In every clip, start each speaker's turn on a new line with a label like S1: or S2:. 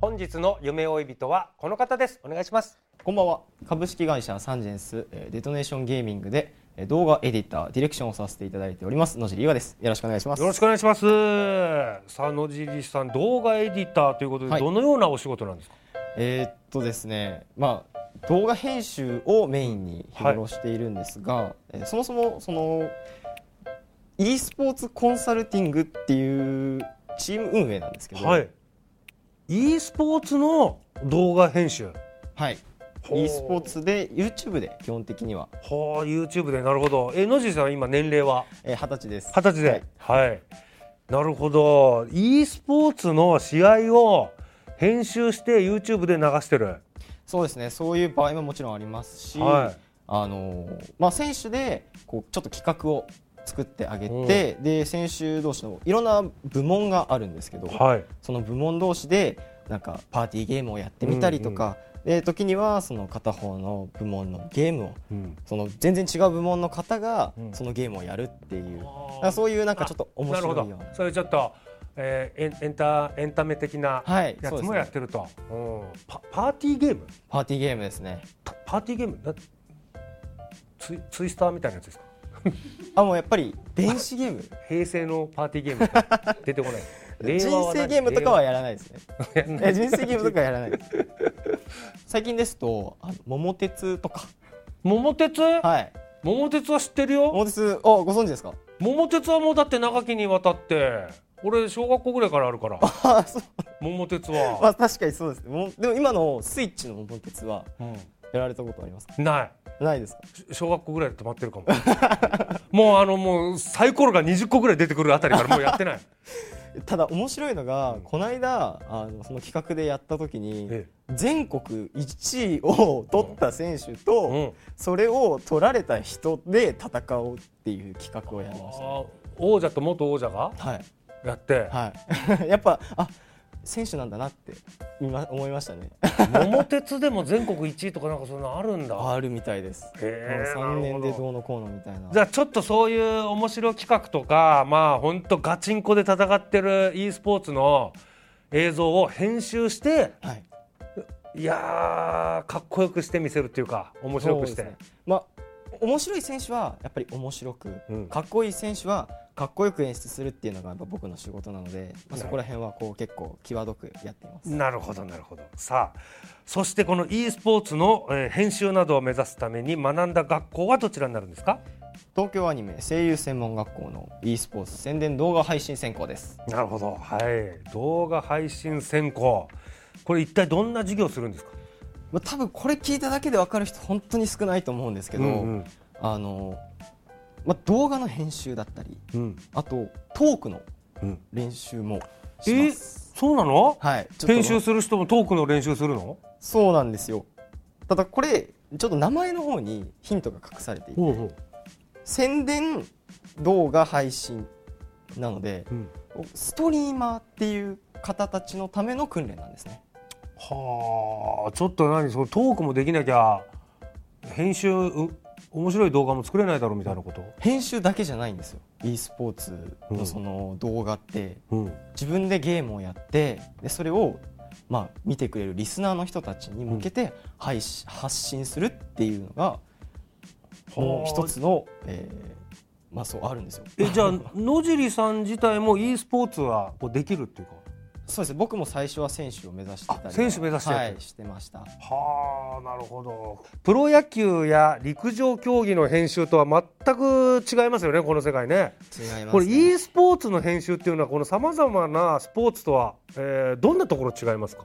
S1: 本日の夢追い人はこの方ですお願いします
S2: こんばんは株式会社サンジェンスえーデトネーションゲーミングでえー動画エディターディレクションをさせていただいております野尻岩ですよろしくお願いします
S1: よろしくお願いしますさあ野尻さん動画エディターということで、
S2: はい
S1: どのようなお仕事なんですか
S2: えーっとですねまあ動画編集をメインに日頃しているんですが、えーそもそもその e スポーツコンサルティングっていうチーム運営なんですけど、
S1: はい、e スポーツの動画編集は
S2: はい、e スポーツで YouTube で基本的には
S1: あ YouTube でなるほどえ野尻さんは今年齢は
S2: えー二十、歳です
S1: 二十歳ではい、なるほど e スポーツの試合を編集して YouTube で流してる
S2: そうですねそういう場合ももちろんありますし、
S1: はい
S2: あのまあ、選手でこうちょっと企画を作ってあげて、で選手同士のいろんな部門があるんですけど、
S1: はい
S2: その部門同士でなんかパーティーゲームをやってみたりとか、で時にはその片方の部門のゲームを
S1: うん
S2: その全然違う部門の方が
S1: うん
S2: そのゲームをやるっていう、だ
S1: あー
S2: からそういうなんかちょっと面
S1: なる
S2: 白
S1: ほ
S2: いよう
S1: ど
S2: な
S1: そういうちょっと、えー、エンエンタエンタメ的な
S2: はい
S1: や
S2: そう
S1: つ
S2: です
S1: も
S2: ね
S1: やってると、うんパパーティーゲーム
S2: パーティーゲームですね。
S1: パパーティーゲームなツイツイスターみたいなやつですか
S2: あもうやっぱり電子ゲーム
S1: 平成のパーティーゲームしか出てこない
S2: 人
S1: 令和は
S2: 生
S1: 何
S2: ゲームとかは
S1: 令
S2: やらない ですね。
S1: 和やんない
S2: え人生ゲームとかやらないです最近ですとあの桃鉄 とか
S1: 桃鉄、
S2: はい
S1: 桃鉄は知ってるよ
S2: 桃鉄あご存知ですか
S1: 桃鉄はもうだって長きにわたって俺小学校ぐらいからある から
S2: あそう
S1: 桃鉄
S2: ま
S1: は、
S2: あ確かにそうですねもでも今のスイッチの桃鉄は
S1: う
S2: やられたことありますか
S1: んない
S2: ないですか
S1: し小学校ぐらいで止まってるかも もうあのもうサイコロが20個ぐらい出てくるあたりからもうやって ない
S2: ただ面白いのが、この間あのその企画でやった時に、
S1: え
S2: 全国1位を取った選手と、
S1: うん
S2: それを取られた人で戦おうっていう企画をやりまし
S1: あー王者と元王者が
S2: たはい
S1: やって、
S2: はい やっぱあ選手なんだなって今思いましたね
S1: 桃鉄でも全国1位とかなんかそんなのある んだ
S2: あるみたいです。
S1: へー
S2: 3年
S1: なる
S2: で
S1: ほど
S2: どうのこうのみたいな。
S1: じゃあちょっとそういう面白企画とかまあ本当ガチンコで戦ってる e スポーツの映像を編集して
S2: はい。
S1: いやーかっこよくしてみせるっていうか面白くし
S2: そ
S1: て、
S2: うですねまあ面白い選手はやっぱり面白く、
S1: うん
S2: かっこいい選手はかっこよく演出するっていうのがやっぱ僕の仕事なので、まあ、そこら辺はこう結構際どくやっています。
S1: なるほどなるほどさあそしてこの e スポーツの、えー編集などを目指すために学んだ学校はどちらになるんですか
S2: 東京アニメ声優専門学校の e スポーツ宣伝動画配信専攻です。
S1: なるほどはい動画配信専攻これ一体どんな授業をするんですか
S2: まあ、多分これ聞いただけで分かる人本当に少ないと思うんですけど、
S1: うんうん
S2: あの、まあ、動画の編集だったり
S1: うん
S2: あとトークの
S1: うん
S2: 練習もし
S1: え
S2: ます。
S1: そうなの、
S2: はい、ちょっと
S1: 編集する人もトークの練習するの
S2: そうなんですよただこれちょっと名前の方にヒントが隠されていて
S1: ほうほう
S2: 宣伝動画配信なのでストリーマーっていう方たちのための訓練なんですね
S1: はあちょっと何そのトークもできなきゃ編集う面白い動画も作れないだろうみたいなこと、
S2: 編集だけじゃないんですよ e スポーツのその動画って
S1: うん、
S2: 自分でゲームをやってでそれをまあ見てくれるリスナーの人たちに向けて配信発信するっていうのがもう一つの、え ーまあそうあるんですよ
S1: えじゃあ野尻さん自体も e スポーツはこうできるっていうか
S2: そうですね僕も最初は選手を目指してたり
S1: あ選手目指して
S2: はい、してました
S1: はあなるほどプロ野球や陸上競技の編集とは全く違いますよねこの世界ね
S2: 違います、ね、
S1: これ e スポーツの編集っていうのはこのさまざまなスポーツとは、えーどんなところ違いますか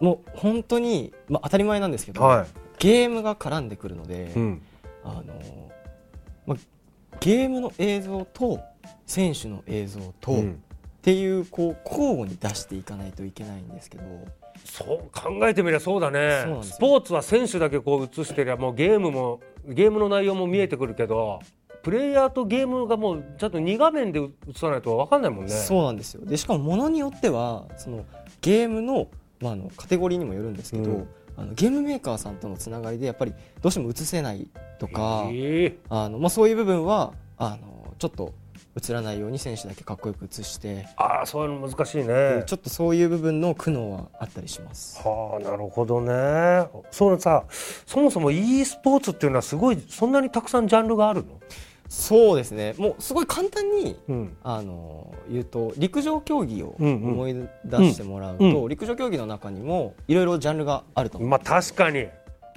S2: もう本当に、まあ、当たり前なんですけど、
S1: は
S2: ゲームが絡んでくるので、
S1: い、うん、
S2: あのまあ、ゲームの映像と選手の映像と、
S1: う
S2: っ
S1: ん
S2: ていうこう交互に出していかないといけないんですけど
S1: そう考えてみればそうだね
S2: そうなんですよ
S1: スポーツは選手だけこう映してりゃもうゲームもゲームの内容も見えてくるけどプレイヤーとゲームがもうちゃんと2画面で映さないと分かんないもんね
S2: そうなんですよでしかもものによってはそのゲームの,、まあ、あのカテゴリーにもよるんですけど、
S1: うん
S2: あのゲームメーカーさんとのつながりでやっぱりどうしても映せないとか、
S1: ええ
S2: あのまあ、そういう部分はあのちょっと映らないように選手だけかっこよく映して、
S1: ああそういうの難しいね
S2: ちょっとそういう部分の苦悩はあったりします。
S1: はあなるほどねそのさそもそも e スポーツっていうのはすごいそんなにたくさんジャンルがあるの、
S2: そうですねもうすごい簡単に
S1: うん、
S2: あの言うと陸上競技を
S1: うんうん
S2: 思い出してもらうと、
S1: うんう
S2: 陸上競技の中にもいろいろジャンルがあると思う
S1: まあ確かに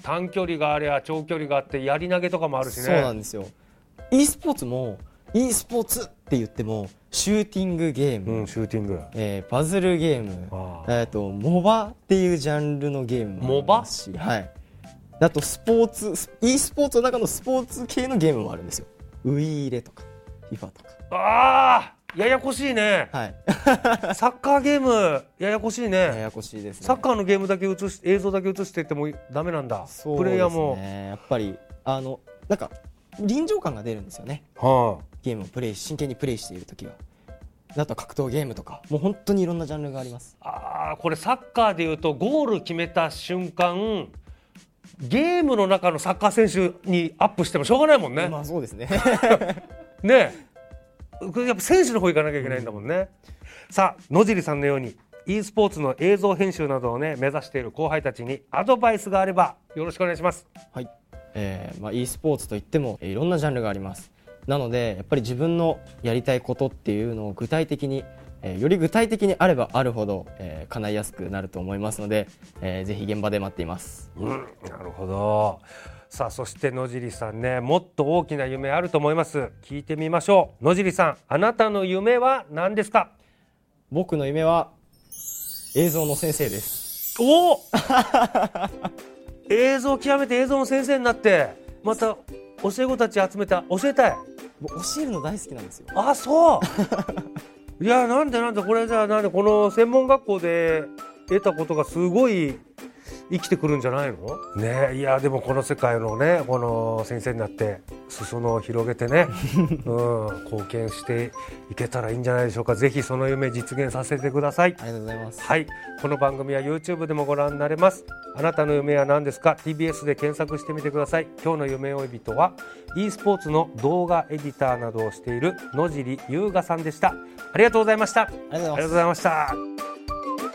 S1: 短距離がありゃ長距離があってやり投げとかもあるしね
S2: そうなんですよ e スポーツも e スポーツって言ってもシューティングゲーム、
S1: うんシューティング
S2: えーパズルゲーム
S1: ああ
S2: えーとモバっていうジャンルのゲームもありますし、はい、あとスポーツス e スポーツの中のスポーツ系のゲームもあるんですよウイイレとか FIFA とか
S1: あーややこしいね
S2: はい
S1: サッカーゲームややこしいね
S2: ややこしいですね
S1: サッカーのゲームだけ映し映像だけ映してってもダメなんだ、
S2: そう
S1: プレイヤー
S2: です
S1: も、
S2: ねやっぱりあのなんか臨場感が出るんですよね
S1: はあ、
S2: ゲームをプレイ真剣にプレイしている時はあとは格闘ゲームとかもう本当にいろんなジャンルがあります
S1: あーこれサッカーでいうとゴール決めた瞬間ゲームの中のサッカー選手にアップしてもしょうがないもんね、
S2: まあそうですね
S1: ねえこれやっぱ選手の方行かなきゃいけないんだもんね、さあ野尻さんのように e スポーツの映像編集などをね目指している後輩たちにアドバイスがあればよろしくお願いします
S2: はい、えーまあ、e スポーツといってもえーいろんなジャンルがありますなのでやっぱり自分のやりたいことっていうのを具体的に、えーより具体的にあればあるほど、えー叶いやすくなると思いますので、えーぜひ現場で待っています
S1: うん、なるほど。さあ、そして野尻さんね、もっと大きな夢あると思います。聞いてみましょう。野尻さん、あなたの夢は何ですか。
S2: 僕の夢は映像の先生です
S1: おお。 映像極めて映像の先生になって、また教え子たち集めた教えたい。
S2: 僕教えるの大好きなんですよ
S1: あ、 そう。いや、なんでなんでこれじゃあなんでこの専門学校で得たことがすごい。生きてくるんじゃないのねいやでもこの世界のねこの先生になって裾野を広げて ね、うん、貢献していけたらいいんじゃないでしょうかぜひその夢実現させてください
S2: ありがとうございます
S1: はいこの番組は YouTube でもご覧になれますあなたの夢は何ですか TBS で検索してみてください今日の夢追い人は e スポーツの動画エディターなどをしている野尻優雅さんでしたありがとうございましたあり
S2: ありがとうござ
S1: が
S2: い
S1: と
S2: ま
S1: う
S2: す
S1: ございました